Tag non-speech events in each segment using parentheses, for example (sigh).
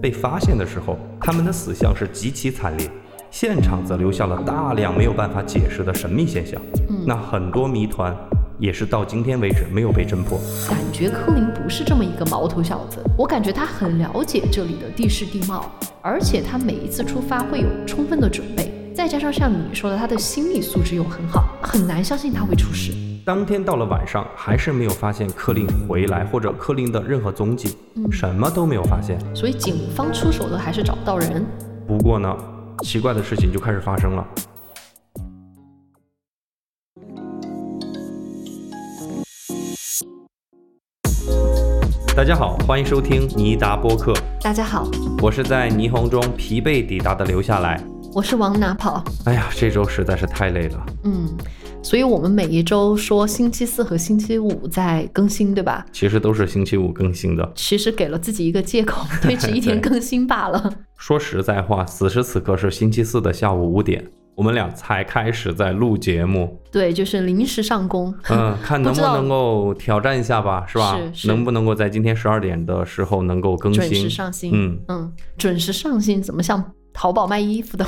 被发现的时候，他们的死相是极其惨烈，现场则留下了大量没有办法解释的神秘现象。嗯那很多谜团也是到今天为止没有被侦破。感觉柯林不是这么一个毛头小子，我感觉他很了解这里的地势地貌，而且他每一次出发会有充分的准备，再加上像你说的，他的心理素质又很好，很难相信他会出事。当天到了晚上，还是没有发现柯林回来或者柯林的任何踪迹，嗯什么都没有发现。所以警方出手的还是找不到人。不过呢，奇怪的事情就开始发生了。大家好，欢迎收听尼达播客，大家好，我是在霓虹中疲惫抵达的留下来。我是往哪跑？哎呀，这周实在是太累了。嗯，所以我们每一周说星期四和星期五在更新，对吧？其实都是星期五更新的。其实给了自己一个借 (laughs) 口，推迟一天更新罢了。说实在话，此时此刻是星期四的下午五点，我们俩才开始在录节目。对，就是临时上工。 (laughs) 嗯，看能不不知道能够挑战一下吧，是吧？是是能不能够在今天十二点的时候能够更新？准时上新嗯，嗯，准时上新，怎么像淘宝卖衣服的？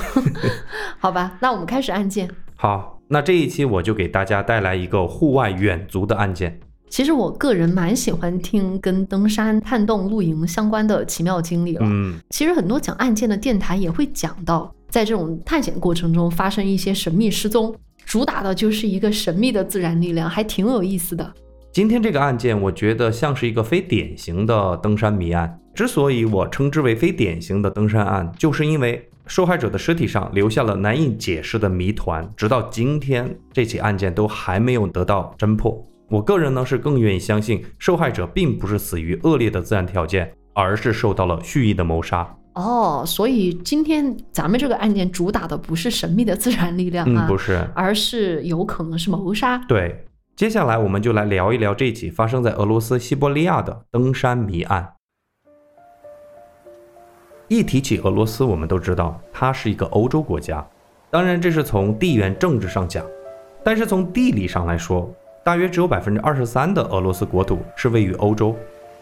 (laughs) 好吧，那我们开始案件。好，那这一期我就给大家带来一个户外远足的案件。其实我个人蛮喜欢听跟登山、探洞、露营相关的奇妙经历了。嗯，其实很多讲案件的电台也会讲到，在这种探险过程中发生一些神秘失踪，主打的就是一个神秘的自然力量，还挺有意思的。今天这个案件，我觉得像是一个非典型的登山谜案。之所以我称之为非典型的登山案，就是因为受害者的尸体上留下了难以解释的谜团，直到今天，这起案件都还没有得到侦破。我个人呢是更愿意相信，受害者并不是死于恶劣的自然条件，而是受到了蓄意的谋杀。哦，所以今天咱们这个案件主打的不是神秘的自然力量嗯，啊，不是，而是有可能是谋杀。对，接下来我们就来聊一聊这起发生在俄罗斯西伯利亚的登山谜案。一提起俄罗斯，我们都知道它是一个欧洲国家，当然这是从地缘政治上讲，但是从地理上来说，大约只有百分之二十三的俄罗斯国土是位于欧洲，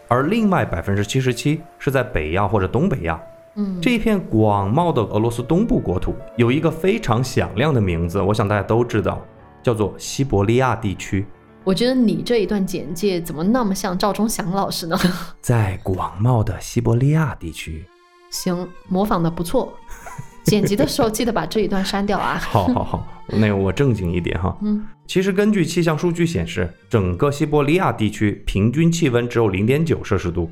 而另外百分之七十七是在北亚或者东北亚。嗯，这一片广袤的俄罗斯东部国土有一个非常响亮的名字，我想大家都知道，叫做西伯利亚地区。我觉得你这一段简介怎么那么像赵忠祥 (laughs) 老师呢？在广袤的西伯利亚地区，行，模仿的不错。剪辑的时候记得把这一段删 (laughs) 掉啊。好好好，那个我正经一点哈。嗯，其实根据气象数据显示，整个西伯利亚地区平均气温只有零点九摄氏度，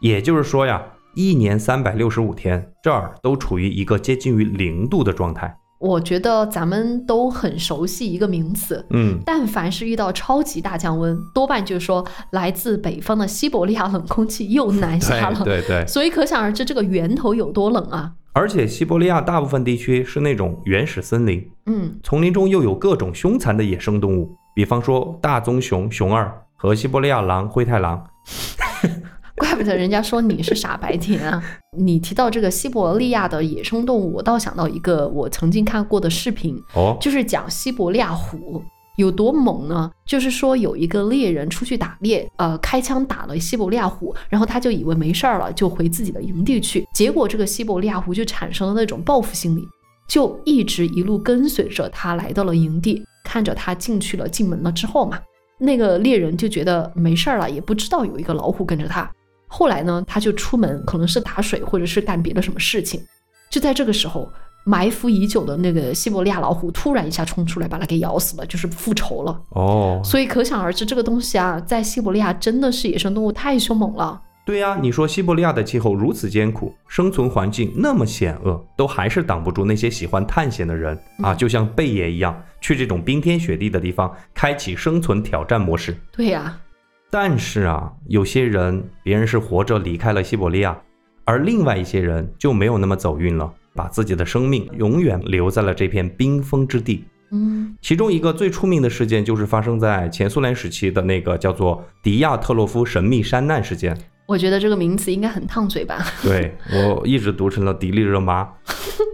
也就是说呀，一年三百六十五天，这儿都处于一个接近于零度的状态。我觉得咱们都很熟悉一个名词，嗯，但凡是遇到超级大降温，多半就是说来自北方的西伯利亚冷空气又南下了。对对。所以可想而知，这个源头有多冷啊！而且西伯利亚大部分地区是那种原始森林，嗯，丛林中又有各种凶残的野生动物，比方说大棕熊、熊二和西伯利亚狼、灰太狼。怪不得人家说你是傻白甜 (laughs) 啊！你提到这个西伯利亚的野生动物，我倒想到一个我曾经看过的视频，哦，就是讲西伯利亚虎有多猛呢？就是说有一个猎人出去打猎，呃，开枪打了西伯利亚虎，然后他就以为没事儿了，就回自己的营地去。结果这个西伯利亚虎就产生了那种报复心理，就一直一路跟随着他来到了营地，看着他进去了，进门了之后嘛，那个猎人就觉得没事儿了，也不知道有一个老虎跟着他。后来呢，他就出门，可能是打水或者是干别的什么事情。就在这个时候，埋伏已久的那个西伯利亚老虎突然一下冲出来，把它给咬死了，就是复仇了。哦，所以可想而知，这个东西啊，在西伯利亚真的是野生动物太凶猛了。对呀、你说西伯利亚的气候如此艰苦，生存环境那么险恶，都还是挡不住那些喜欢探险的人啊，就像贝爷一样，去这种冰天雪地的地方开启生存挑战模式。对呀、但是啊，有些人别人是活着离开了西伯利亚，而另外一些人就没有那么走运了，把自己的生命永远留在了这片冰封之地。嗯，其中一个最出名的事件就是发生在前苏联时期的那个叫做迪亚特洛夫神秘山难事件。我觉得这个名词应该很烫嘴吧？ (laughs) 对我一直读成了迪丽热巴，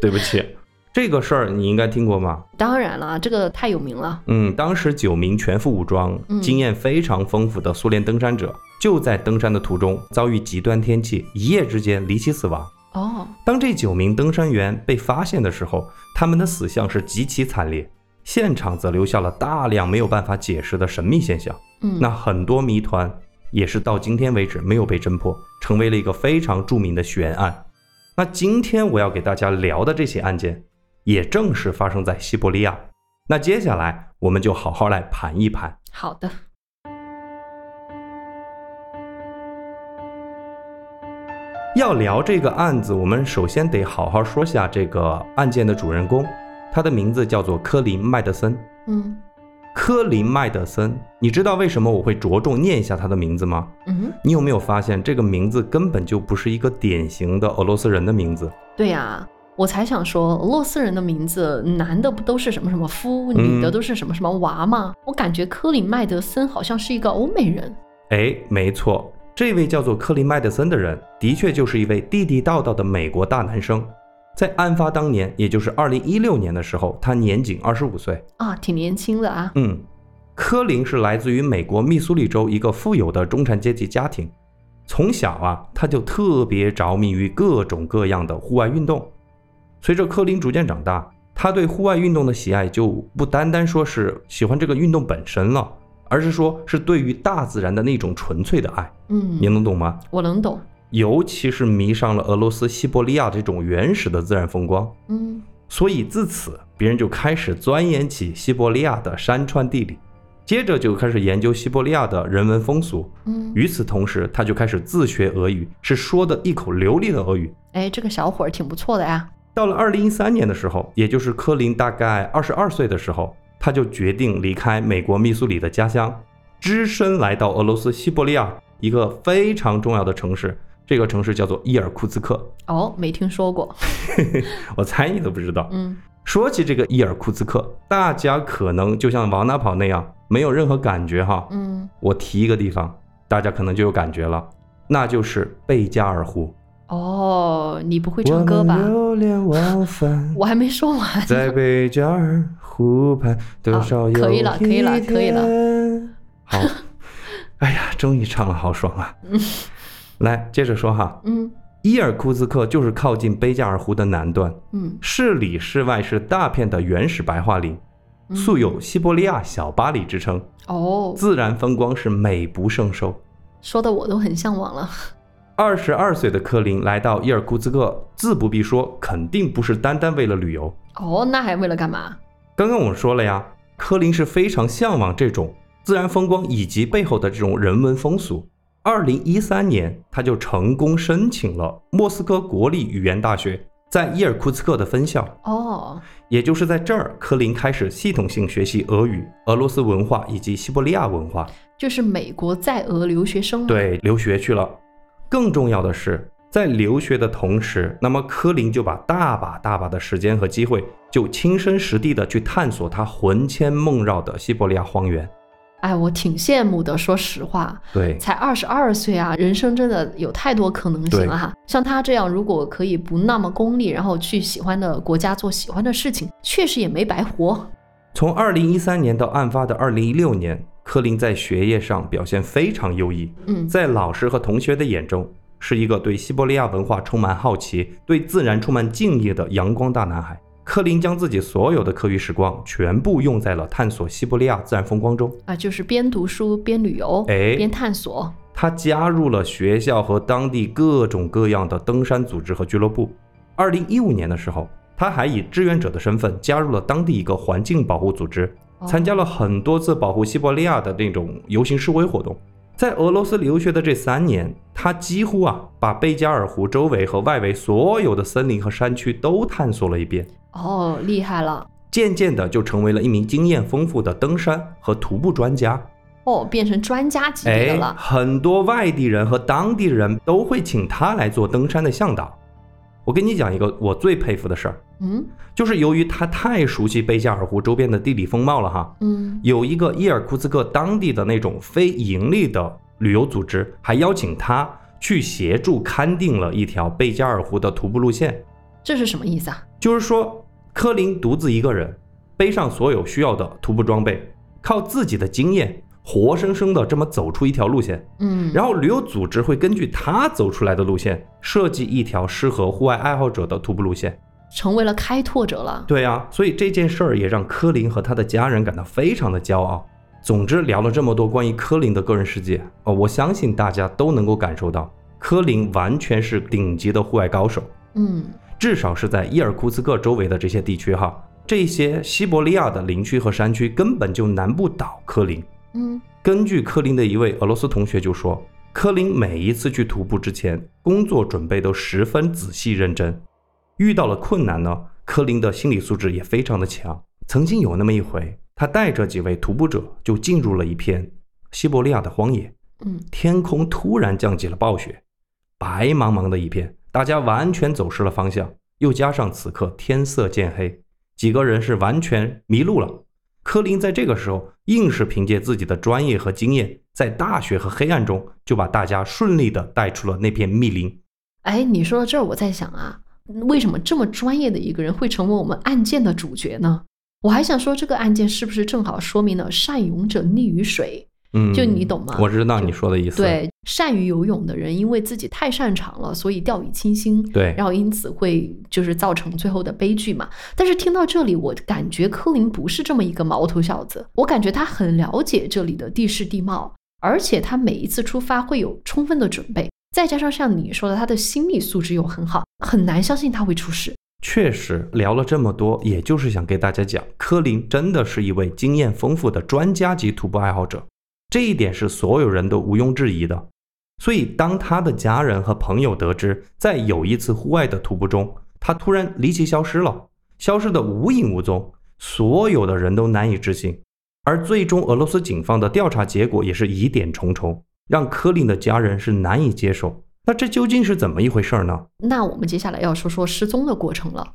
对不起。这个事儿你应该听过吧？当然了，这个太有名了。嗯，当时九名全副武装、嗯经验非常丰富的苏联登山者，就在登山的途中遭遇极端天气，一夜之间离奇死亡。哦，当这九名登山员被发现的时候，他们的死相是极其惨烈，现场则留下了大量没有办法解释的神秘现象。嗯，那很多谜团也是到今天为止没有被侦破，成为了一个非常著名的悬案。那今天我要给大家聊的这起案件，也正是发生在西伯利亚。那接下来我们就好好来盘一盘。好的，要聊这个案子，我们首先得好好说下这个案件的主人公，他的名字叫做科林·麦德森。嗯科林·麦德森，你知道为什么我会着重念一下他的名字吗？嗯，你有没有发现这个名字根本就不是一个典型的俄罗斯人的名字？对呀、我才想说，俄罗斯人的名字，男的不都是什么什么夫，女的都是什么什么娃吗？我感觉科林麦德森好像是一个欧美人。哎，没错，这位叫做科林·麦德森的人，的确就是一位地地道道的美国大男生。在案发当年，也就是二零一六年的时候，他年仅二十五岁。啊，挺年轻的啊。嗯，科林是来自于美国密苏里州一个富有的中产阶级家庭。从小啊，他就特别着迷于各种各样的户外运动。随着科林逐渐长大，他对户外运动的喜爱就不单单说是喜欢这个运动本身了，而是说是对于大自然的那种纯粹的爱。嗯，你能懂吗？我能懂。尤其是迷上了俄罗斯西伯利亚这种原始的自然风光，嗯所以自此，别人就开始钻研起西伯利亚的山川地理，接着就开始研究西伯利亚的人文风俗。嗯，与此同时，他就开始自学俄语，是说的一口流利的俄语。哎，这个小伙儿挺不错的呀。到了二零一三年的时候，也就是科林大概二十二岁的时候，他就决定离开美国密苏里的家乡，只身来到俄罗斯西伯利亚一个非常重要的城市，这个城市叫做伊尔库茨克。哦，没听说过。我猜你都不知道。嗯说起这个伊尔库茨克，大家可能就像往哪跑那样，没有任何感觉哈。嗯，我提一个地方，大家可能就有感觉了，那就是贝加尔湖。哦，你不会唱歌吧，我？们流连忘返我还没说 (laughs) 完。在贝加尔湖畔，多少有一天、哦可以了可以了可以 (laughs) 好，哎呀，终于唱了，好爽啊！来，接着说哈，嗯伊尔库茨克就是靠近贝加尔湖的南端，嗯，市里市外是大片的原始白桦林。嗯素有西伯利亚小巴黎之称，哦，自然风光是美不胜收。说的我都很向往了。二十二岁的科林来到伊尔库茨克，自不必说，肯定不是单单为了旅游。哦，那还为了干嘛？刚刚我们说了呀，科林是非常向往这种自然风光以及背后的这种人文风俗。二零一三年，他就成功申请了莫斯科国立语言大学在伊尔库茨克的分校。哦，也就是在这儿，科林开始系统性学习俄语、俄罗斯文化以及西伯利亚文化。就是美国在俄留学生嘛。对，留学去了。更重要的是，在留学的同时，那么科林就把大把大把的时间和机会，就亲身实地的去探索他魂牵梦绕的西伯利亚荒原。哎，我挺羡慕的，说实话，对，才二十二岁啊，人生真的有太多可能性了哈。像他这样，如果可以不那么功利，然后去喜欢的国家做喜欢的事情，确实也没白活。从二零一三年到案发的二零一六年，科林在学业上表现非常优异，嗯在老师和同学的眼中，是一个对西伯利亚文化充满好奇、对自然充满敬意的阳光大男孩。科林将自己所有的课余时光全部用在了探索西伯利亚自然风光中。啊，就是边读书边旅游，哎边探索。他加入了学校和当地各种各样的登山组织和俱乐部。二零一五年的时候，他还以志愿者的身份加入了当地一个环境保护组织，哦参加了很多次保护西伯利亚的那种游行示威活动。在俄罗斯留学的这三年，他几乎啊把贝加尔湖周围和外围所有的森林和山区都探索了一遍，哦，厉害了！渐渐的就成为了一名经验丰富的登山和徒步专家。哦，变成专家级别的哎，了。很多外地人和当地人都会请他来做登山的向导。我跟你讲一个我最佩服的事儿，嗯就是由于他太熟悉贝加尔湖周边的地理风貌了哈，嗯，有一个伊尔库茨克当地的那种非盈利的旅游组织，还邀请他去协助勘定了一条贝加尔湖的徒步路线。这是什么意思啊？就是说，科林独自一个人背上所有需要的徒步装备，靠自己的经验活生生的这么走出一条路线。嗯，然后旅游组织会根据他走出来的路线，设计一条适合户外爱好者的徒步路线。成为了开拓者了。对啊，所以这件事儿也让科林和他的家人感到非常的骄傲。总之，聊了这么多关于科林的个人世界，呃，我相信大家都能够感受到，科林完全是顶级的户外高手，嗯至少是在伊尔库茨克周围的这些地区哈。这些西伯利亚的林区和山区根本就难不倒科林。嗯根据科林的一位俄罗斯同学就说，科林每一次去徒步之前，工作准备都十分仔细认真。遇到了困难呢，科林的心理素质也非常的强。曾经有那么一回，他带着几位徒步者就进入了一片西伯利亚的荒野，嗯，天空突然降起了暴雪，白茫茫的一片，大家完全走失了方向。又加上此刻天色渐黑，几个人是完全迷路了。科林在这个时候硬是凭借自己的专业和经验，在大雪和黑暗中就把大家顺利的带出了那片密林。哎，你说到这儿，我在想啊，为什么这么专业的一个人会成为我们案件的主角呢？我还想说，这个案件是不是正好说明了善泳者溺于水？嗯，就你懂吗我知道你说的意思。对，善于游泳的人，因为自己太擅长了，所以掉以轻心，对然后因此会就是造成最后的悲剧嘛。但是听到这里，我感觉柯林不是这么一个毛头小子，我感觉他很了解这里的地势地貌，而且他每一次出发会有充分的准备，再加上像你说的，他的心理素质又很好，很难相信他会出事。确实聊了这么多，也就是想给大家讲，科林真的是一位经验丰富的专家级徒步爱好者，这一点是所有人都毋庸置疑的。所以，当他的家人和朋友得知，在有一次户外的徒步中，他突然离奇消失了，消失的无影无踪，所有的人都难以置信。而最终，俄罗斯警方的调查结果也是疑点重重，让科林的家人是难以接受。那这究竟是怎么一回事儿呢？那我们接下来要说说失踪的过程了。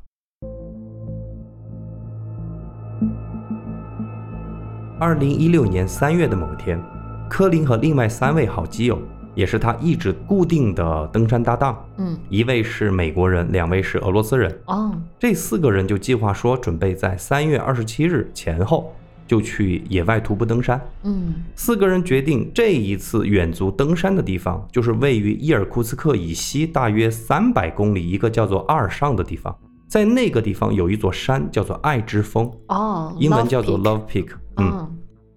二零一六年三月的某天，科林和另外三位好基友，也是他一直固定的登山搭档，嗯，一位是美国人，两位是俄罗斯人。哦，这四个人就计划说，准备在三月二十七日前后就去野外徒步登山。嗯四个人决定，这一次远足登山的地方就是位于伊尔库茨克以西大约三百公里一个叫做阿尔尚的地方，在那个地方有一座山叫做爱之峰，哦，英文叫做 Love Love Peak。 Peak，嗯，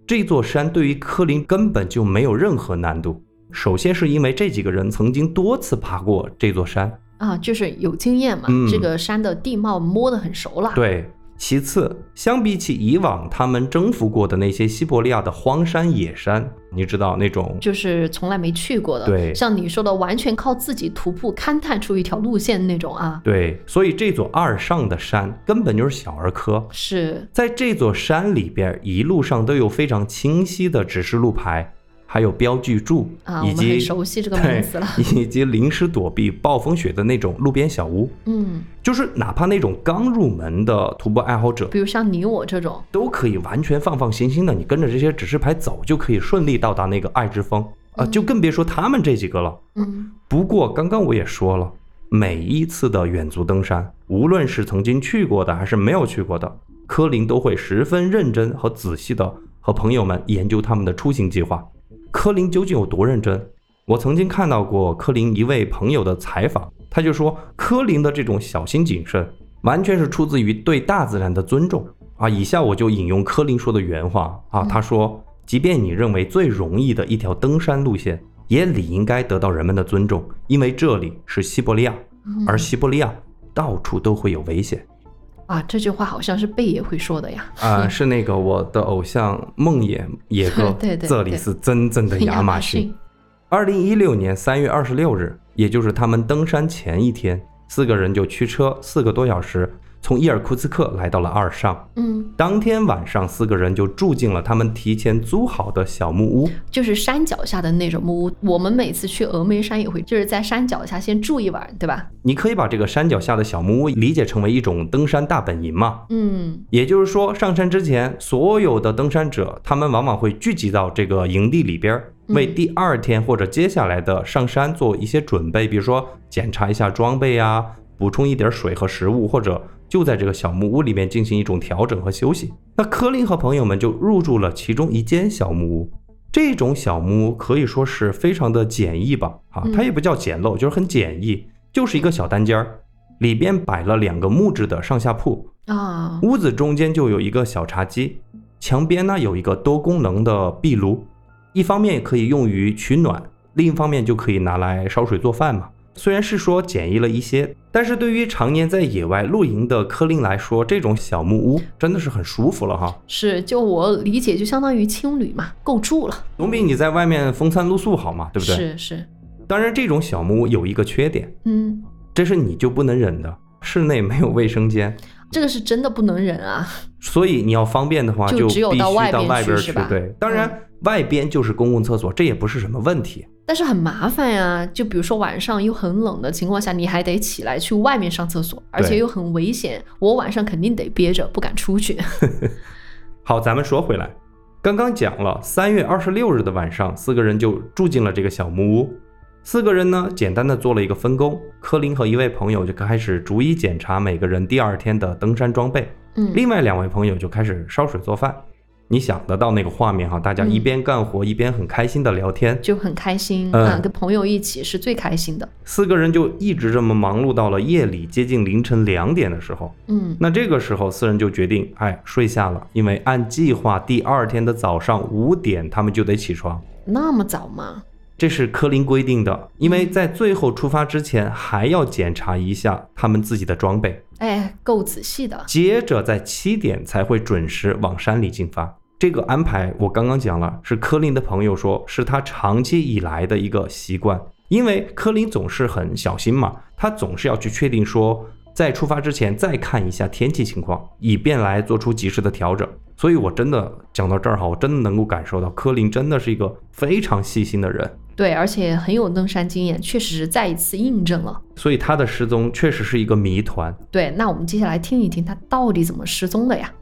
这座山对于科林根本就没有任何难度。首先是因为这几个人曾经多次爬过这座山，啊，就是有经验嘛，嗯这个山的地貌摸得很熟了。，对。其次，相比起以往他们征服过的那些西伯利亚的荒山野山，你知道那种就是从来没去过的。对像你说的，完全靠自己徒步勘探出一条路线那种啊，对，所以这座阿尔尚的山根本就是小儿科。是在这座山里边，一路上都有非常清晰的指示路牌，还有标记柱，啊，以我们及很熟悉这个对名词了。以及临时躲避暴风雪的那种路边小屋。嗯，就是哪怕那种刚入门的徒步爱好者，比如像你我这种，都可以完全放放心心的，你跟着这些指示牌走，就可以顺利到达那个爱之峰啊、就更别说他们这几个了。嗯不过刚刚我也说了，每一次的远足登山，无论是曾经去过的还是没有去过的，科林都会十分认真和仔细的和朋友们研究他们的出行计划。科林究竟有多认真？我曾经看到过科林一位朋友的采访，他就说科林的这种小心谨慎，完全是出自于对大自然的尊重啊。以下我就引用科林说的原话啊，他说：“即便你认为最容易的一条登山路线，也理应该得到人们的尊重，因为这里是西伯利亚，嗯而西伯利亚到处都会有危险。”啊，这句话好像是贝爷会说的呀。啊、是那个我的偶像梦野野 (laughs) 哥，对对对这里是真正 (laughs) 的亚马逊。二零一六年三月二十六日，也就是他们登山前一天，四个人就驱车四个多小时，从伊尔库茨克来到了阿尔尚。嗯，当天晚上，四个人就住进了他们提前租好的小木屋。就是山脚下的那种木屋，我们每次去峨眉山也会，就是在山脚下先住一晚，对吧？你可以把这个山脚下的小木屋理解成为一种登山大本营嘛？嗯，也就是说，上山之前，所有的登山者，他们往往会聚集到这个营地里边儿，为第二天或者接下来的上山做一些准备，比如说检查一下装备啊，补充一点水和食物，或者就在这个小木屋里面进行一种调整和休息。那科林和朋友们就入住了其中一间小木屋。这种小木屋可以说是非常的简易吧，啊，它嗯也不叫简陋，就是很简易，就是一个小单间儿，里边摆了两个木质的上下铺，啊，屋子中间就有一个小茶几，墙边呢有一个多功能的壁炉，一方面可以用于取暖，另一方面就可以拿来烧水做饭嘛。虽然是说简易了一些，但是对于常年在野外露营的科林来说，这种小木屋真的是很舒服了哈，是，就我理解，就相当于青旅嘛，够住了，总比你在外面风餐露宿好嘛，对不对？是是，当然，这种小木屋有一个缺点，嗯，这是你就不能忍的，室内没有卫生间，这个是真的不能忍啊，所以你要方便的话，就就必只须有到到外边外边去是吧嗯对，当然外边就是公共厕所，这也不是什么问题。但是很麻烦呀、就比如说晚上又很冷的情况下，你还得起来去外面上厕所，而且对又很危险，我晚上肯定得憋着，不敢出去。好，咱们说回来，刚刚讲了，三月二十六日的晚上，四个人就住进了这个小木屋。四个人呢，简单的做了一个分工，科林和一位朋友就开始逐一检查每个人第二天的登山装备，嗯，另外两位朋友就开始烧水做饭。你想得到那个画面哈，大家一嗯边干活一边很开心的聊天，就很开心、嗯啊，跟朋友一起是最开心的。四个人就一直这么忙碌到了夜里接近凌晨两点的时候。嗯那这个时候，四人就决定，哎，睡下了，因为按计划第二天的早上五点他们就得起床，那么早吗？这是科林规定的，因为在最后出发之前还要检查一下他们自己的装备，哎，够仔细的。接着在七点才会准时往山里进发。这个安排我刚刚讲了，是科林的朋友说是他长期以来的一个习惯，因为科林总是很小心嘛，他总是要去确定说在出发之前再看一下天气情况，以便来做出及时的调整。所以我真的讲到这儿哈，我真的能够感受到科林真的是一个非常细心的人，对，而且很有登山经验，确实是再一次印证了。所以他的失踪确实是一个谜团。对，那我们接下来听一听他到底怎么失踪的呀？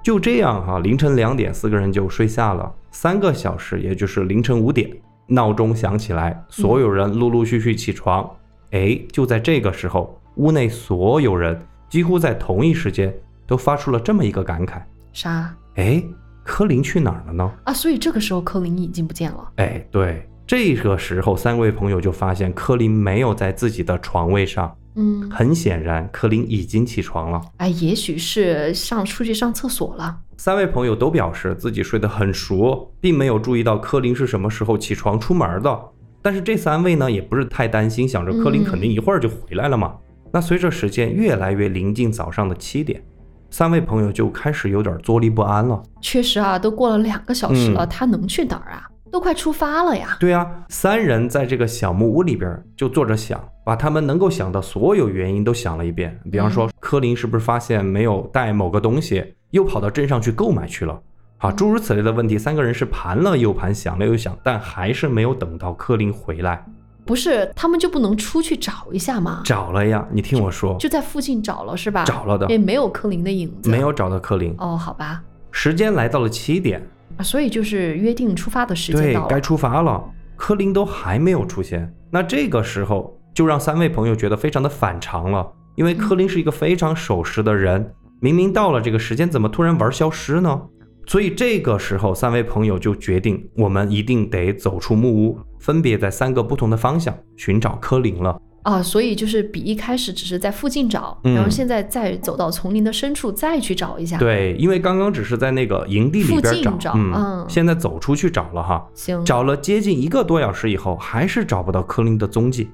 就这样哈、凌晨两点，四个人就睡下了。三个小时，也就是凌晨五点，闹钟响起来，所有人陆陆续续起床。哎，就在这个时候，屋内所有人几乎在同一时间都发出了这么一个感慨：啥哎，科林去哪儿了呢？啊？所以这个时候柯林已经不见了。哎，对，这个时候，三位朋友就发现科林没有在自己的床位上。嗯，很显然，科林已经起床了。哎，也许是上出去上厕所了。三位朋友都表示自己睡得很熟，并没有注意到柯林是什么时候起床出门的。但是这三位呢，也不是太担心，想着柯林嗯肯定一会儿就回来了嘛。那随着时间越来越临近早上的七点，三位朋友就开始有点坐立不安了。确实啊，都过了两个小时了，嗯他能去哪儿啊？都快出发了呀。对啊，三人在这个小木屋里边就坐着想，把他们能够想到所有原因都想了一遍。比方说，柯林是不是发现没有带某个东西，又跑到镇上去购买去了？啊，诸如此类的问题，三个人是盘了又盘，想了又想，但还是没有等到柯林回来。不是，他们就不能出去找一下吗？找了呀，你听我说，就在附近找了是吧？找了的也没有柯林的影子。没。有找到柯林。哦，好吧，时间来到了七点，啊所以就是约定出发的时间对到，该了。出发了，柯林都还没有出现。那这个时候就让三位朋友觉得非常的反常了，因嗯为柯林是一个非常守时的人，明明到了这个时间，怎么突然玩消失呢？所以这个时候，三位朋友就决定，我们一定得走出木屋，分别在三个不同的方向寻找柯林了。啊，所以就是比一开始只是在附近找，嗯然后现在再走到丛林的深处再去找一下。，对，因为刚刚只是在那个营地里嗯附边近找，找嗯嗯，现在走出去找了哈。行，找了接近一个多小时以后，还是找不到柯林的踪迹。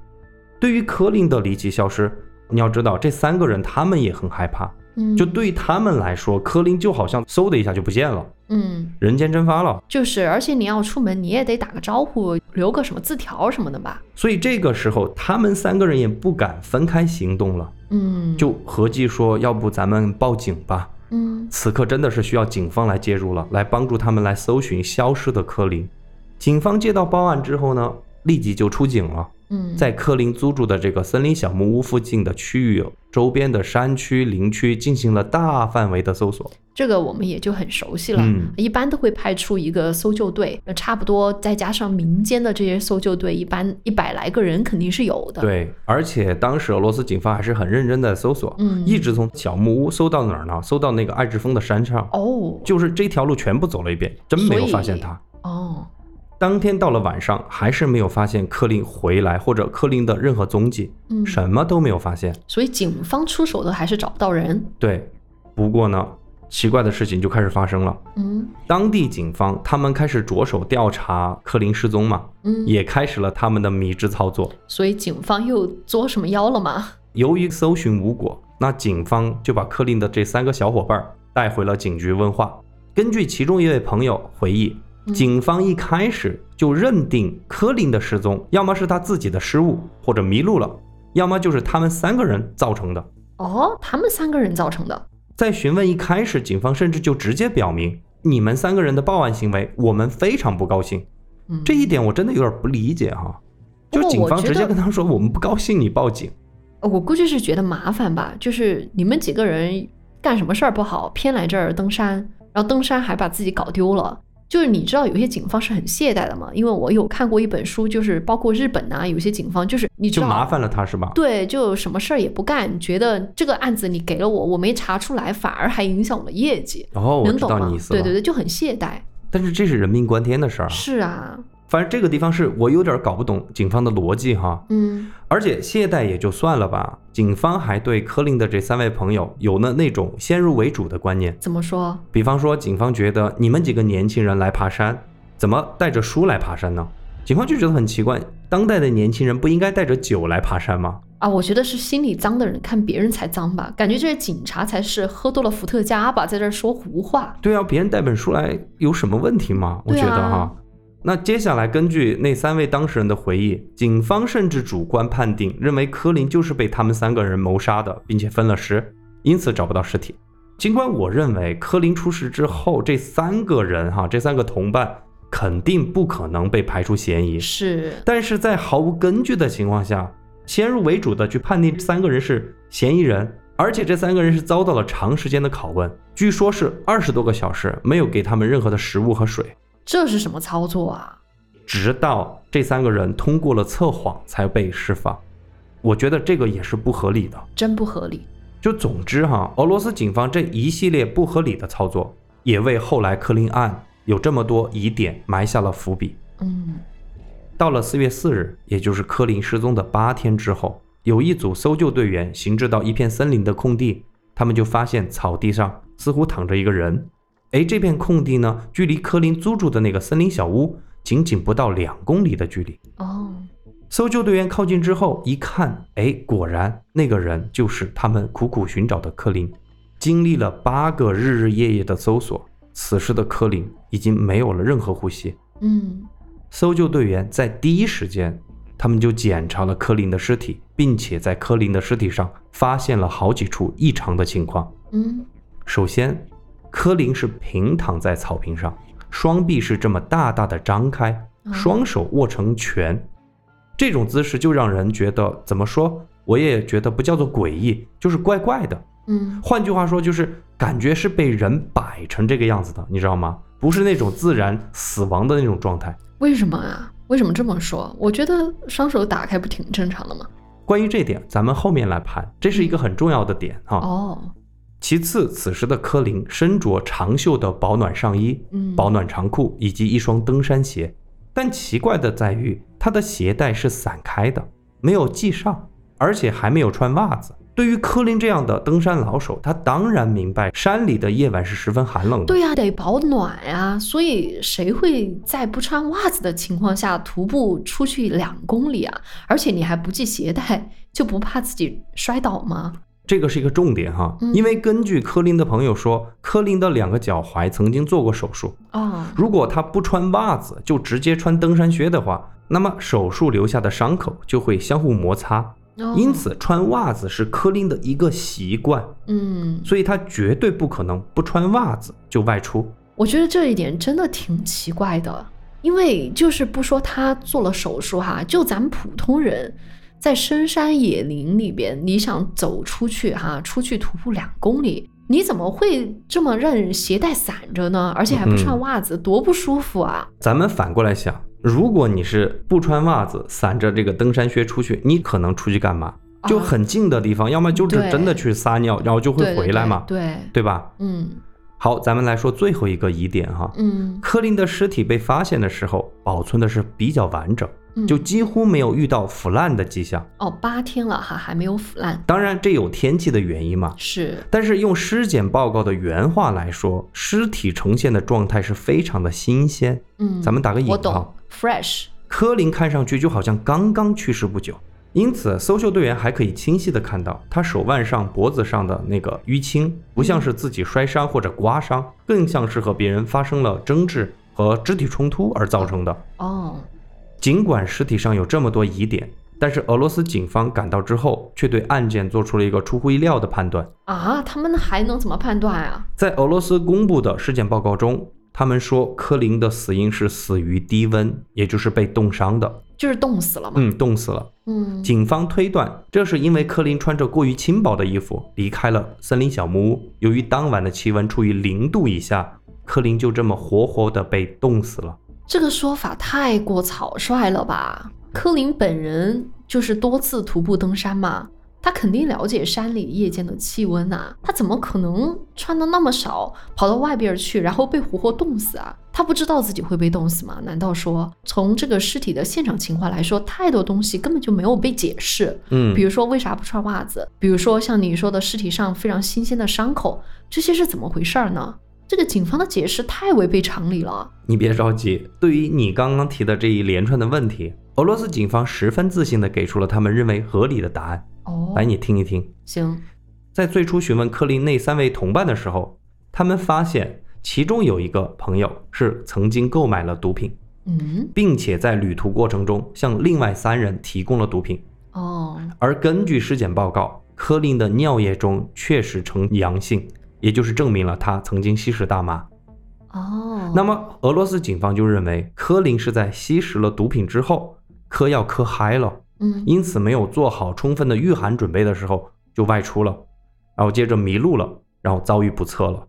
对于柯林的离奇消失，你要知道，这三个人他们也很害怕。嗯，就对于他们来说，柯林就好像嗖的一下就不见了，嗯，人间蒸发了。就是，而且你要出门，你也得打个招呼，留个什么字条什么的吧。所以这个时候，他们三个人也不敢分开行动了，嗯，就合计说，要不咱们报警吧。嗯此刻真的是需要警方来介入了，来帮助他们来搜寻消失的柯林。警方接到报案之后呢，立即就出警了。嗯，在柯林租住的这个森林小木屋附近的区域，周边的山区、林区进行了大范围的搜索。这个我们也就很熟悉了，嗯一般都会派出一个搜救队，那差不多再加上民间的这些搜救队，一般一百来个人肯定是有的。，对，而且当时俄罗斯警方还是很认真的搜索，嗯一直从小木屋搜到哪儿呢？搜到那个爱之峰的山上，哦就是这条路全部走了一遍，真没有发现他。哦，当天到了晚上，还是没有发现克林回来或者克林的任何踪迹，嗯，什么都没有发现。所以警方出手都还是找不到人。对，不过呢，奇怪的事情就开始发生了。嗯当地警方他们开始着手调查克林失踪嘛，嗯，也开始了他们的迷之操作。所以警方又作什么妖了吗？由于搜寻无果，那警方就把克林的这三个小伙伴儿带回了警局问话。根据其中一位朋友回忆，嗯警方一开始就认定科林的失踪，要么是他自己的失误或者迷路了，要么就是他们三个人造成的。哦，他们三个人造成的。在询问一开始，警方甚至就直接表明，你们三个人的报案行为，我们非常不高兴。嗯，这一点我真的有点不理解哈、不就过警我方觉直接得跟他说，我们不高兴，你报警。我估计是觉得麻烦吧，就是你们几个人干什么事儿不好，偏来这儿登山，然后登山还把自己搞丢了。就是你知道有些警方是很懈怠的嘛，因为我有看过一本书，就是包括日本呐、有些警方就是你知就道麻烦了他是吧？对，就什么事儿也不干，觉得这个案子你给了我，我没查出来，反而还影响我的业绩，哦，我能知懂道吗你意？思对了。啊对对，就很懈怠。但是这是人命关天的事儿啊。是啊，反正这个地方是我有点搞不懂警方的逻辑哈。嗯而且懈怠也就算了吧，警方还对科林的这三位朋友有了那种先入为主的观念。怎么说？比方说，警方觉得你们几个年轻人来爬山，怎么带着书来爬山呢？警方就觉得很奇怪，当代的年轻人不应该带着酒来爬山吗？啊，我觉得是心里脏的人看别人才脏吧，感觉这些警察才是喝多了伏特加吧，在这儿说胡话。对啊，别人带本书来有什么问题吗？我对觉啊得哈、那接下来根据那三位当事人的回忆，警方甚至主观判定，认为柯林就是被他们三个人谋杀的，并且分了尸，因此找不到尸体。尽管我认为柯林出事之后，这三个人哈、这三个同伴肯定不可能被排除嫌疑，是，但是在毫无根据的情况下，先入为主的去判定这三个人是嫌疑人，而且这三个人是遭到了长时间的拷问，据说是二十多个小时，没有给他们任何的食物和水，这是什么操作啊？直到这三个人通过了测谎才被释放。我觉得这个也是不合理的。真不合理。就总之哈，俄罗斯警方这一系列不合理的操作，也为后来克林案有这么多疑点埋下了伏笔。嗯到了四月四日，也就是科林失踪的八天之后，有一组搜救队员行至到一片森林的空地，他们就发现草地上似乎躺着一个人。哎，这片空地呢，距离科林租住的那个森林小屋仅仅不到两公里的距离。哦，搜救队员靠近之后一看，哎，果然那个人就是他们苦苦寻找的科林。经历了八个日日夜夜的搜索，此时的科林已经没有了任何呼吸。嗯搜救队员在第一时间，他们就检查了柯林的尸体，并且在柯林的尸体上发现了好几处异常的情况。嗯首先，柯林是平躺在草坪上，双臂是这么大大的张开，哦双手握成拳，这种姿势就让人觉得怎么说？我也觉得不叫做诡异，就是怪怪的。嗯，换句话说，就是感觉是被人摆成这个样子的，你知道吗？不是那种自然死亡的那种状态。为什么啊？为什么这么说？我觉得双手打开不挺正常的吗？关于这点，咱们后面来盘，这是一个很重要的点哈、哦，其次，此时的柯林身着长袖的保暖上衣、嗯，保暖长裤以及一双登山鞋，但奇怪的在于，他的鞋带是散开的，没有系上，而且还没有穿袜子。对于柯林这样的登山老手，他当然明白山里的夜晚是十分寒冷的。对呀、得保暖呀、所以谁会在不穿袜子的情况下徒步出去两公里啊？而且你还不系鞋带，就不怕自己摔倒吗？这个是一个重点哈嗯，因为根据柯林的朋友说，柯林的两个脚踝曾经做过手术，啊、如果他不穿袜子，就直接穿登山靴的话，那么手术留下的伤口就会相互摩擦。哦，因，此，穿袜子是柯林的一个习惯，嗯，所以他绝对不可能不穿袜子就外出。我觉得这一点真的挺奇怪的，因为就是不说他做了手术哈，就咱普通人在深山野林里边，你想走出去哈，出去徒步两公里，你怎么会这么让人鞋带散着呢？而且还不穿袜子，多不舒服啊！咱们反过来想，如果你是不穿袜子，散着这个登山靴出去，你可能出去干嘛？就啊很近的地方，要么就是对嗯真的去撒尿，然后就会对对回来嘛，对，对对吧？嗯好，咱们来说最后一个疑点哈。嗯，柯林的尸体被发现的时候，保存的是比较完整，嗯就几乎没有遇到腐烂的迹象。哦，八天了哈，还没有腐烂，当然，这有天气的原因嘛。是但是用尸检报告的原话来说，尸体呈现的状态是非常的新鲜。嗯，咱们打个引我号懂，，fresh，柯林看上去就好像刚刚去世不久，因此搜救队员还可以清晰地看到他手腕上、脖子上的那个淤青，不像是自己摔伤或者刮伤，更像是和别人发生了争执和肢体冲突而造成的。哦，尽管尸体上有这么多疑点，但是俄罗斯警方赶到之后，却对案件做出了一个出乎意料的判断。啊，他们还能怎么判断啊？在俄罗斯公布的尸检报告中，他们说科林的死因是死于低温，也就是被冻伤的，就是冻死了嘛。嗯，冻死了。嗯警方推断，这是因为科林穿着过于轻薄的衣服离开了森林小木屋。由于当晚的气温处于零度以下，科林就这么活活的被冻死了。这个说法太过草率了吧？柯林本人就是多次徒步登山嘛，他肯定了解山里夜间的气温呐、他怎么可能穿的那么少，跑到外边去，然后被活活冻死啊？他不知道自己会被冻死吗？难道说从这个尸体的现场情况来说，太多东西根本就没有被解释？嗯比，如说为啥不穿袜子？比如说像你说的尸体上非常新鲜的伤口，这些是怎么回事儿呢？这个警方的解释太违背常理了。你别着急，对于你刚刚提的这一连串的问题，俄罗斯警方十分自信地给出了他们认为合理的答案。哦来，你听一听。行，在最初询问柯林那三位同伴的时候，他们发现其中有一个朋友是曾经购买了毒品，嗯，并且在旅途过程中向另外三人提供了毒品。哦，而根据尸检报告，柯林的尿液中确实呈阳性，也就是证明了他曾经吸食大麻。哦，那么，俄罗斯警方就认为柯林是在吸食了毒品之后，嗑药嗑嗨了，嗯，因此没有做好充分的御寒准备的时候就外出了，然后接着迷路了，然后遭遇不测了。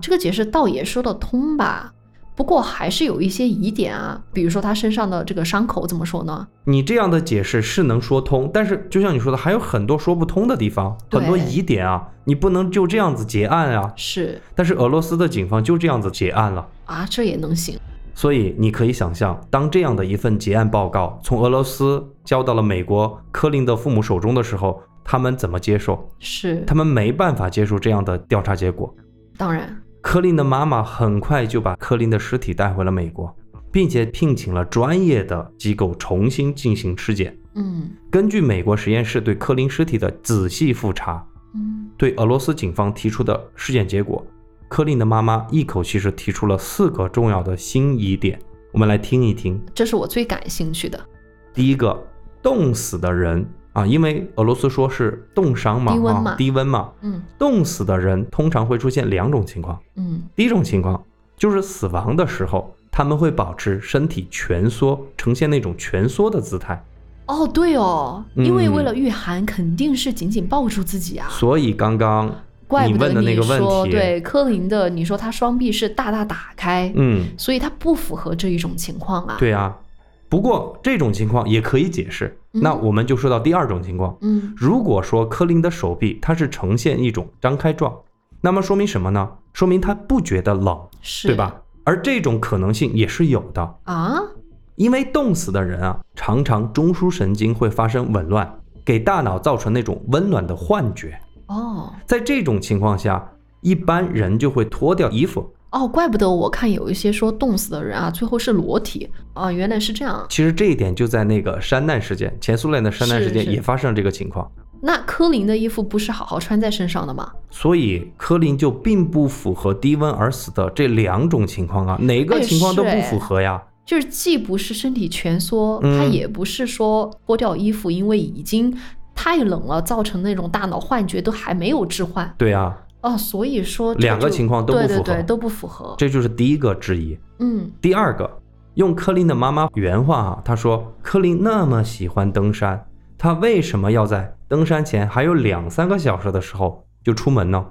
这个解释倒也说得通吧，不过还是有一些疑点啊，比如说他身上的这个伤口怎么说呢？你这样的解释是能说通，但是就像你说的，还有很多说不通的地方，对很多疑点啊，你不能就这样子结案啊。是但是俄罗斯的警方就这样子结案了，啊，这也能行，所以你可以想象，当这样的一份结案报告从俄罗斯交到了美国科林的父母手中的时候，他们怎么接受？是，他们没办法接受这样的调查结果。当然，科林的妈妈很快就把科林的尸体带回了美国，并且聘请了专业的机构重新进行尸检。嗯根据美国实验室对科林尸体的仔细复查，嗯，对俄罗斯警方提出的尸检结果，科林的妈妈一口气是提出了四个重要的新疑点。我们来听一听。这是我最感兴趣的，第一个，冻死的人啊，因为俄罗斯说是冻伤嘛，低温啊嘛低温嘛，嗯冻死的人通常会出现两种情况。嗯，第一种情况就是死亡的时候，他们会保持身体蜷缩，呈现那种蜷缩的姿态。哦对哦，因为嗯为了御寒，肯定是紧紧抱住自己啊。所以刚刚怪你不问得的那个问说题，对柯林的，你说他双臂是大大打开，嗯，所以他不符合这一种情况啊。，对啊。不过这种情况也可以解释。嗯那我们就说到第二种情况，嗯如果说柯林的手臂它是呈现一种张开状，那么说明什么呢？说明他不觉得冷，是，对？吧？而这种可能性也是有的，啊，因为冻死的人啊，常常中枢神经会发生紊乱，给大脑造成那种温暖的幻觉。哦在这种情况下，一般人就会脱掉衣服。哦，怪不得我看有一些说冻死的人啊，最后是裸体啊，原来是这样。其实这一点就在那个山难事件，前苏联的山难事件是是也发生了这个情况。那柯林的衣服不是好好穿在身上的吗？所以柯林就并不符合低温而死的这两种情况啊，哪个哎情况都是不哎符合呀。就是既不是身体蜷缩，嗯他也不是说脱掉衣服，因为已经太冷了，造成那种大脑幻觉，都还没有置换对啊，哦。所以说这个两个就情况都不对符合对对，都不符合。这就是第一个质疑。嗯第二个，用柯林的妈妈原话啊，她说：“柯林那么喜欢登山，他为什么要在登山前还有两三个小时的时候就出门呢？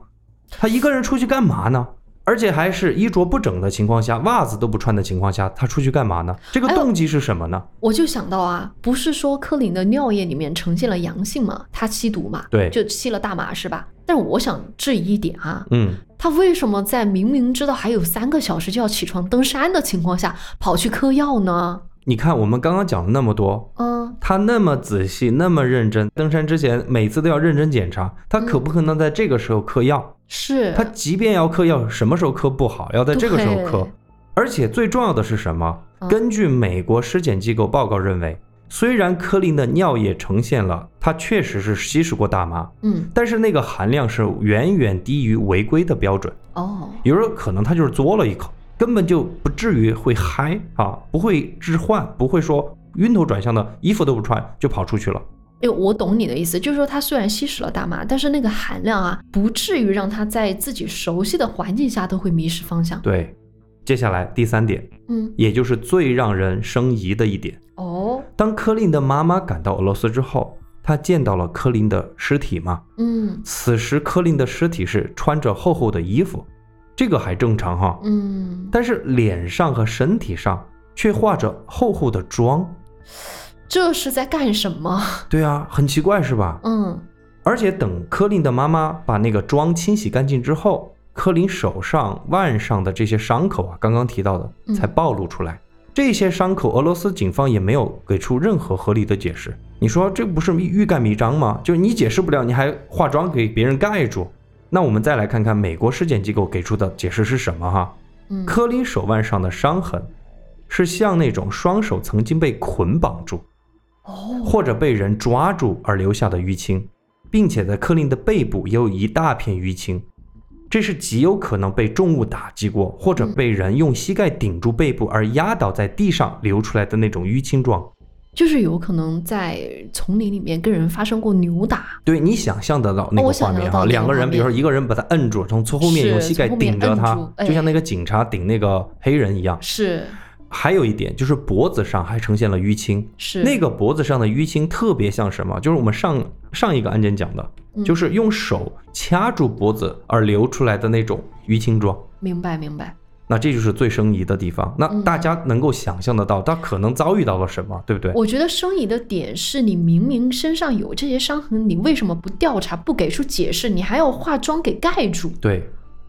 他一个人出去干嘛呢？而且还是衣着不整的情况下，袜子都不穿的情况下，他出去干嘛呢？这个哎呦动机是什么呢？我就想到啊，不是说柯林的尿液里面呈现了阳性嘛，他吸毒嘛，对就吸了大麻是吧？但是我想质疑一点啊，嗯，他为什么在明明知道还有三个小时就要起床登山的情况下，跑去嗑药呢？你看我们刚刚讲了那么多，嗯，他那么仔细，那么认真，登山之前每次都要认真检查，他可不可能在这个时候嗑药？是他即便要嗑药，什么时候嗑不好，要在这个时候嗑对。而且最重要的是什么？嗯根据美国尸检机构报告认为，虽然科林的尿液呈现了他确实是吸食过大麻，嗯但是那个含量是远远低于违规的标准。哦有时候可能他就是嘬了一口，根本就不至于会嗨啊，不会致幻，不会说晕头转向的，衣服都不穿就跑出去了。哎，我懂你的意思，就是说他虽然吸食了大麻，但是那个含量啊，不至于让他在自己熟悉的环境下都会迷失方向。对，接下来第三点，嗯，也就是最让人生疑的一点，哦，当科林的妈妈赶到俄罗斯之后，她见到了科林的尸体嘛。嗯此时科林的尸体是穿着厚厚的衣服，这个还正常哈，嗯，但是脸上和身体上却画着厚厚的妆。这是在干什么？对啊，很奇怪是吧？嗯而且等科林的妈妈把那个妆清洗干净之后，科林手上、腕上的这些伤口啊，刚刚提到的嗯才暴露出来。这些伤口，俄罗斯警方也没有给出任何合理的解释。你说这不是欲盖弥彰吗？就是你解释不了，你还化妆给别人盖住。那我们再来看看美国尸检机构给出的解释是什么哈？嗯，科林手腕上的伤痕是像那种双手曾经被捆绑住，哦，或者被人抓住而留下的淤青，并且在柯林的背部也有一大片淤青，这是极有可能被重物打击过，或者被人用膝盖顶住背部而压倒在地上流出来的那种淤青状。就是有可能在丛林里面跟人发生过扭打，对你想象得到那个我想画面得哈，到那个两个画人，比如说面一个人把他摁住，从从后面是用膝盖从后面顶着摁他住，哎就像那个警察顶那个黑人一样。是还有一点就是脖子上还呈现了淤青，是那个脖子上的淤青特别像什么？就是我们上上一个案件讲的，嗯就是用手掐住脖子而流出来的那种淤青状。明白明白，那这就是最生疑的地方。那嗯大家能够想象得到，他可能遭遇到了什么，对不对？我觉得生疑的点是你明明身上有这些伤痕，你为什么不调查、不给出解释，你还要化妆给盖住？对，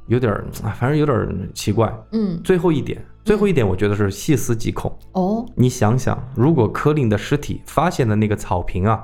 有点儿，哎反正有点儿奇怪。嗯，最后一点，最后一点，我觉得是细思极恐。哦，你想想，如果柯林的尸体发现的那个草坪啊，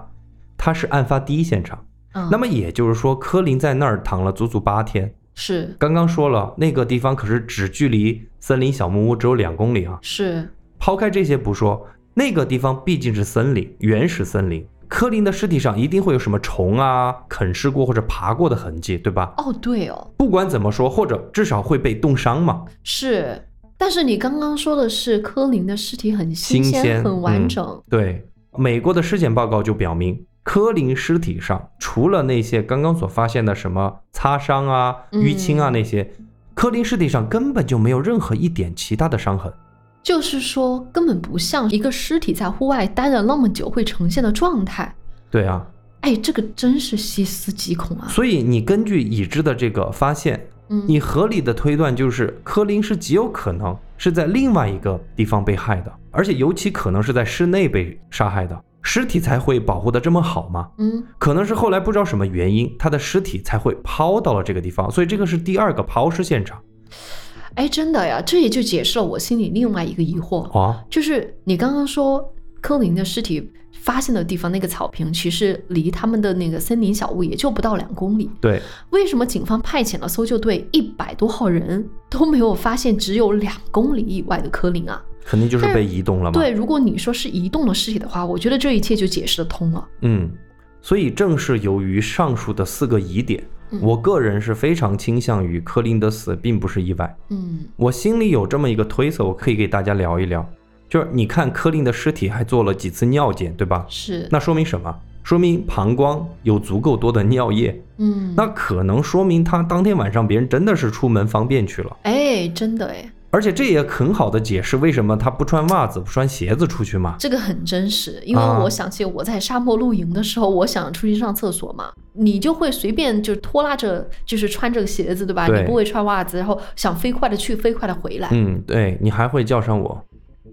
它是案发第一现场，嗯，那么也就是说，柯林在那儿躺了足足八天。是刚刚说了，那个地方可是只距离森林小木屋只有两公里啊。是，抛开这些不说，那个地方毕竟是森林，原始森林。柯林的尸体上一定会有什么虫啊、啃食过或者爬过的痕迹，对吧？哦，对哦，不管怎么说，或者至少会被冻伤嘛。是。但是你刚刚说的是柯林的尸体很新新鲜、鲜很完嗯整，对，美国的尸检报告就表明，柯林尸体上除了那些刚刚所发现的什么擦伤啊、嗯淤青啊那些，柯林尸体上根本就没有任何一点其他的伤痕。就是说根本不像一个尸体在户外待了那么久会呈现的状态。对啊，哎，这个真是细思极恐啊！所以你根据已知的这个发现，嗯，你合理的推断就是柯林是极有可能是在另外一个地方被害的，而且尤其可能是在室内被杀害的。尸体才会保护的这么好吗？嗯，可能是后来不知道什么原因，他的尸体才会抛到了这个地方，所以这个是第二个抛尸现场哎，真的呀，这也就解释了我心里另外一个疑惑。啊。就是你刚刚说柯林的尸体发现的地方，那个草坪其实离他们的那个森林小屋也就不到两公里。对，为什么警方派遣了搜救队一百多号人都没有发现只有两公里以外的柯林啊？肯定就是被移动了嘛。对，，如果你说是移动的尸体的话，我觉得这一切就解释得通了。嗯，所以正是由于上述的四个疑点，嗯我个人是非常倾向于柯林的死并不是意外。嗯我心里有这么一个推测，我可以给大家聊一聊，就是你看柯林的尸体还做了几次尿检，对吧？是，那说明什么？说明膀胱有足够多的尿液，嗯，那可能说明他当天晚上别人真的是出门方便去了，哎，真的哎，而且这也很好的解释为什么他不穿袜子、不穿鞋子出去嘛。这个很真实，因为啊我想起我在沙漠露营的时候，我想出去上厕所嘛，你就会随便就拖拉着，就是穿着鞋子，对吧？对你不会穿袜子，然后想飞快的去，飞快的回来。嗯，对你还会叫上我。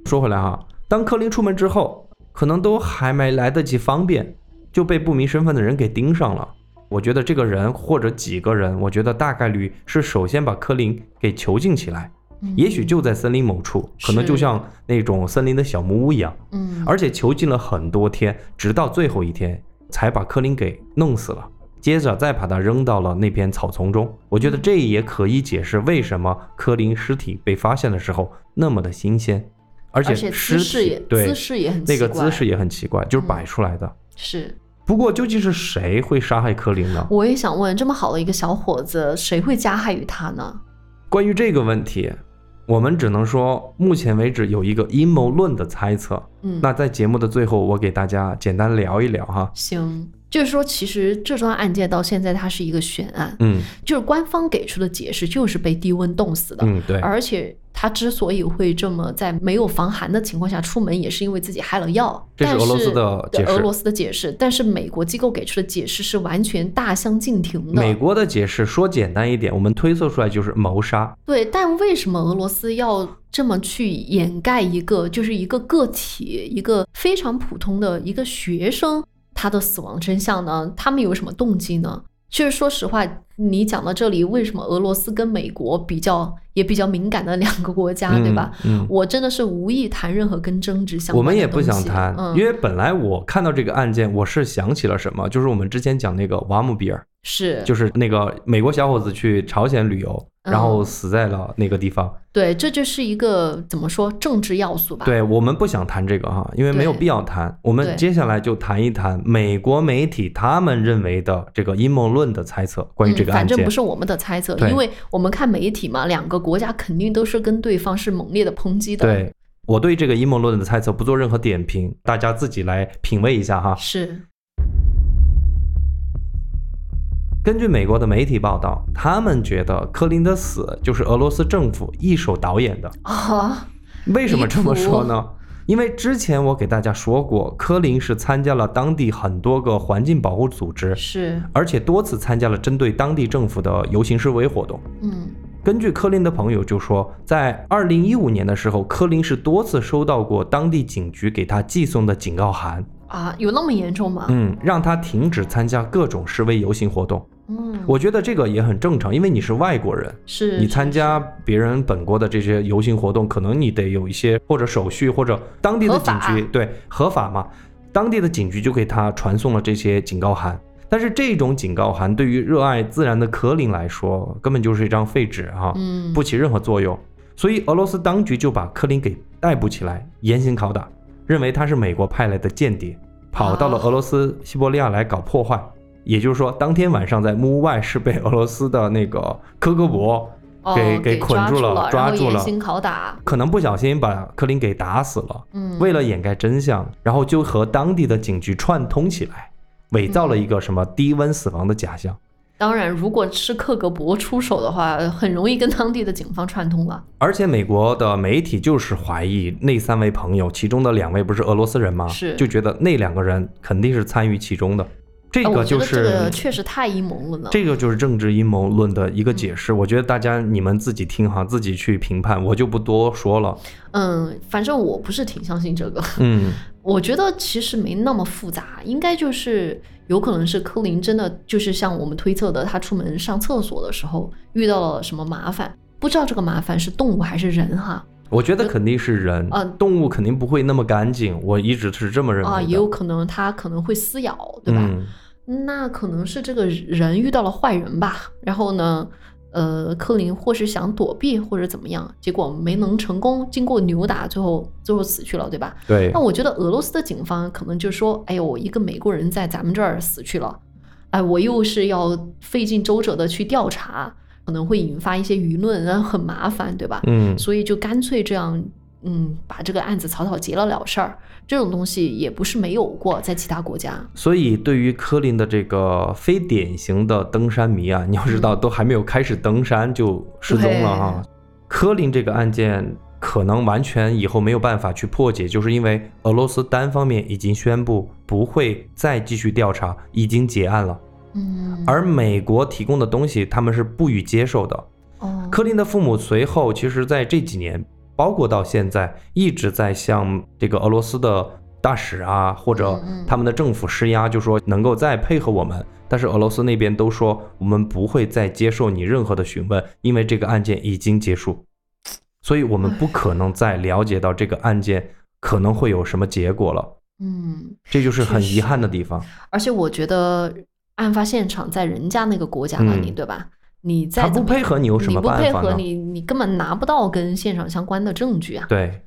说回来哈、当柯林出门之后，可能都还没来得及方便，就被不明身份的人给盯上了。我觉得这个人或者几个人，我觉得大概率是首先把柯林给囚禁起来，嗯也许就在森林某处，可能是就像那种森林的小木屋一样，嗯，而且囚禁了很多天，直到最后一天才把柯林给弄死了。接着再把他扔到了那片草丛中，我觉得这也可以解释为什么柯林尸体被发现的时候那么的新鲜，而而且且尸姿势体也对姿势也很那奇怪，嗯个姿势也很奇怪，就是摆出来的。是。不过究竟是谁会杀害柯林呢？我也想问，这么好的一个小伙子，谁会加害于他呢？关于这个问题，我们只能说目前为止有一个阴谋论的猜测。嗯，那在节目的最后，我给大家简单聊一聊哈。行，就是说，其实这桩案件到现在它是一个悬案，嗯就是官方给出的解释就是被低温冻死的，嗯，对，而且他之所以会这么在没有防寒的情况下出门，也是因为自己害了药。这是但俄罗斯的对解释俄罗斯的解释，但是美国机构给出的解释是完全大相径庭美的。国的解释说简单一点，我们推测出来就是谋杀。对，但为什么俄罗斯要这么去掩盖一个就是一个个体，一个非常普通的一个学生他的死亡真相呢？他们有什么动机呢？其实说实话，你讲到这里，为什么俄罗斯跟美国比较也比较敏感的两个国家，啊对吧？嗯？嗯。我真的是无意谈任何跟争执相我关的们也不东想西谈，嗯、因为本来我看到这个案件，我是想起了什么，就是我们之前讲那个瓦姆比尔，是就是那个美国小伙子去朝鲜旅游，嗯然后死在了那个地方。对，这就是一个怎么说政治要素吧？，对我们不想谈这个哈，因为没有对必要谈。我们啊对接下来就谈一谈美国媒体他们认为的这个阴谋论的猜测，关于这个嗯、案反件。正不是我们的猜测，对因为我们看媒体嘛，两个国家肯定都是跟对方是猛烈的抨击的。，对我对这个阴谋论的猜测不做任何点评，大家自己来品味一下哈。是，根据美国的媒体报道，他们觉得柯林的死就是俄罗斯政府一手导演的。啊，为什么这么离谱说呢？因为之前我给大家说过，柯林是参加了当地很多个环境保护组织，是，而且多次参加了针对当地政府的游行示威活动。嗯，根据柯林的朋友就说，在二零一五年的时候，柯林是多次收到过当地警局给他寄送的警告函，啊，有那么严重吗？嗯，让他停止参加各种示威游行活动。嗯，我觉得这个也很正常，因为你是外国人，是你参是加别人本国的这些游行活动，可能你得有一些或者手续或者当地的合警法啊局对合法嘛，当地的警局就给他传送了这些警告函。但是这种警告函对于热爱自然的柯林来说，根本就是一张废纸哈、嗯不起任何作用。所以俄罗斯当局就把柯林给逮捕起来，严刑拷打，认为他是美国派来的间谍，跑到了啊俄罗斯西伯利亚来搞破坏。也就是说，当天晚上在木屋外是被俄罗斯的那个科格勃哦给给给捆抓住了了，抓然后住了严刑拷打，可能不小心把柯林给打死了。嗯，为了掩盖真相，然后就和当地的警局串通起来，伪造了一个什么低温死亡的假象。当然，如果是克格勃出手的话，很容易跟当地的警方串通了。而且美国的媒体就是怀疑那三位朋友，其中的两位不是俄罗斯人吗？是就觉得那两个人肯定是参与其中的。这啊个我觉就得是、这个确实太阴谋了呢。这个就是政治阴谋论的一个解释。我觉得大家你们自己听哈，自己去评判，我就不多说了。嗯，反正我不是挺相信这个，嗯，我觉得其实没那么复杂，应该就是有可能是柯林真的就是像我们推测的，他出门上厕所的时候遇到了什么麻烦，不知道这个麻烦是动物还是人哈我觉得肯定是人，啊动物肯定不会那么干净，我一直是这么认为的。啊，也有可能他可能会撕咬，对吧？嗯那可能是这个人遇到了坏人吧。然后呢，呃，柯林或是想躲避或者怎么样，结果没能成功，经过扭打，最后最后死去了，对吧？对那，我觉得俄罗斯的警方可能就说：“哎呦，我一个美国人在咱们这儿死去了，哎，我又是要费尽周折的去调查，可能会引发一些舆论，然后很麻烦，对吧？嗯，所以就干脆这样。”嗯，把这个案子草草结了了事儿，这种东西也不是没有过，在其他国家。所以，对于柯林的这个非典型的登山迷啊， (laughs) 你要知嗯道，都还没有开始登山就失踪了哈、柯林这个案件可能完全以后没有办法去破解，就是因为俄罗斯单方面已经宣布不会再继续调查，已经结案了。嗯，而美国提供的东西，他们是不予接受的。哦，柯林的父母随后，其实在这几年，包括到现在，一直在向这个俄罗斯的大使啊，或者嗯嗯他们的政府施压，就说能够再配合我们。但是俄罗斯那边都说我们不会再接受你任何的询问，因为这个案件已经结束，所以我们不可能再了解到这个案件可能会有什么结果了。嗯，这就是很确实遗憾的地方。而且我觉得案发现场在人家那个国家那里，嗯对吧？你他再不怎么配合你有什你么不办配法合呢？你，你根本拿不到跟现场相关的证据啊！对，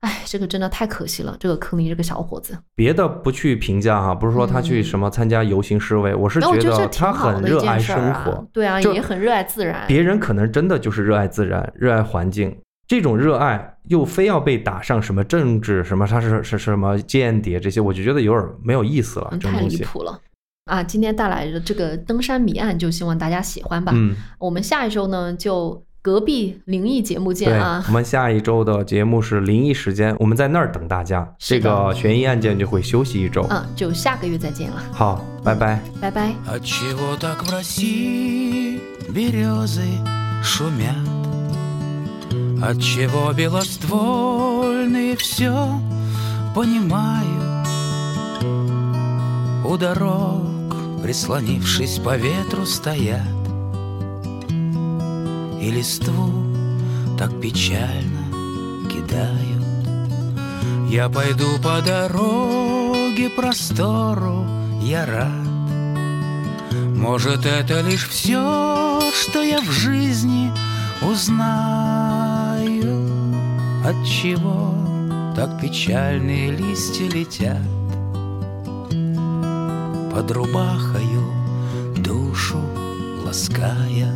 哎，这个真的太可惜了，这个科林这个小伙子。别的不去评价哈、不是说他去嗯什么参加游行示威，我是那我觉得得这他挺好很的一热爱件事生儿活，啊，对啊，就也很热爱自然。别人可能真的就是热爱自然、热爱环境，这种热爱又非要被打上什么政治、什么他是是什么间谍这些，我就觉得有点没有意思了，嗯，这种太东离西。谱了啊！今天带来的这个登山迷案，就希望大家喜欢吧。嗯，我们下一周呢，就隔壁灵异节目见对，啊我！们下一周的节目是灵异时间，我们在那儿等大家。是这的个悬疑案件就会休息一周。嗯，就下个月再见了，好，拜拜。拜拜。 Отчего так в России березы шумят? Отчего белоствольные все понимают? У дорог, прислонившись по ветру, стоят И листву так печально кидают Я пойду по дороге простору, я рад может, это лишь все, что я в жизни узнаю, от чего так печальные листья летят под рубахою душу лаская,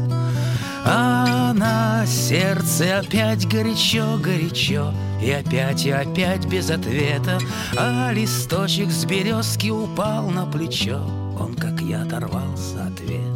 а на сердце опять горячо, горячо, и опять, и опять без ответа, а листочек с березки упал на плечо, он как я оторвался от ветра.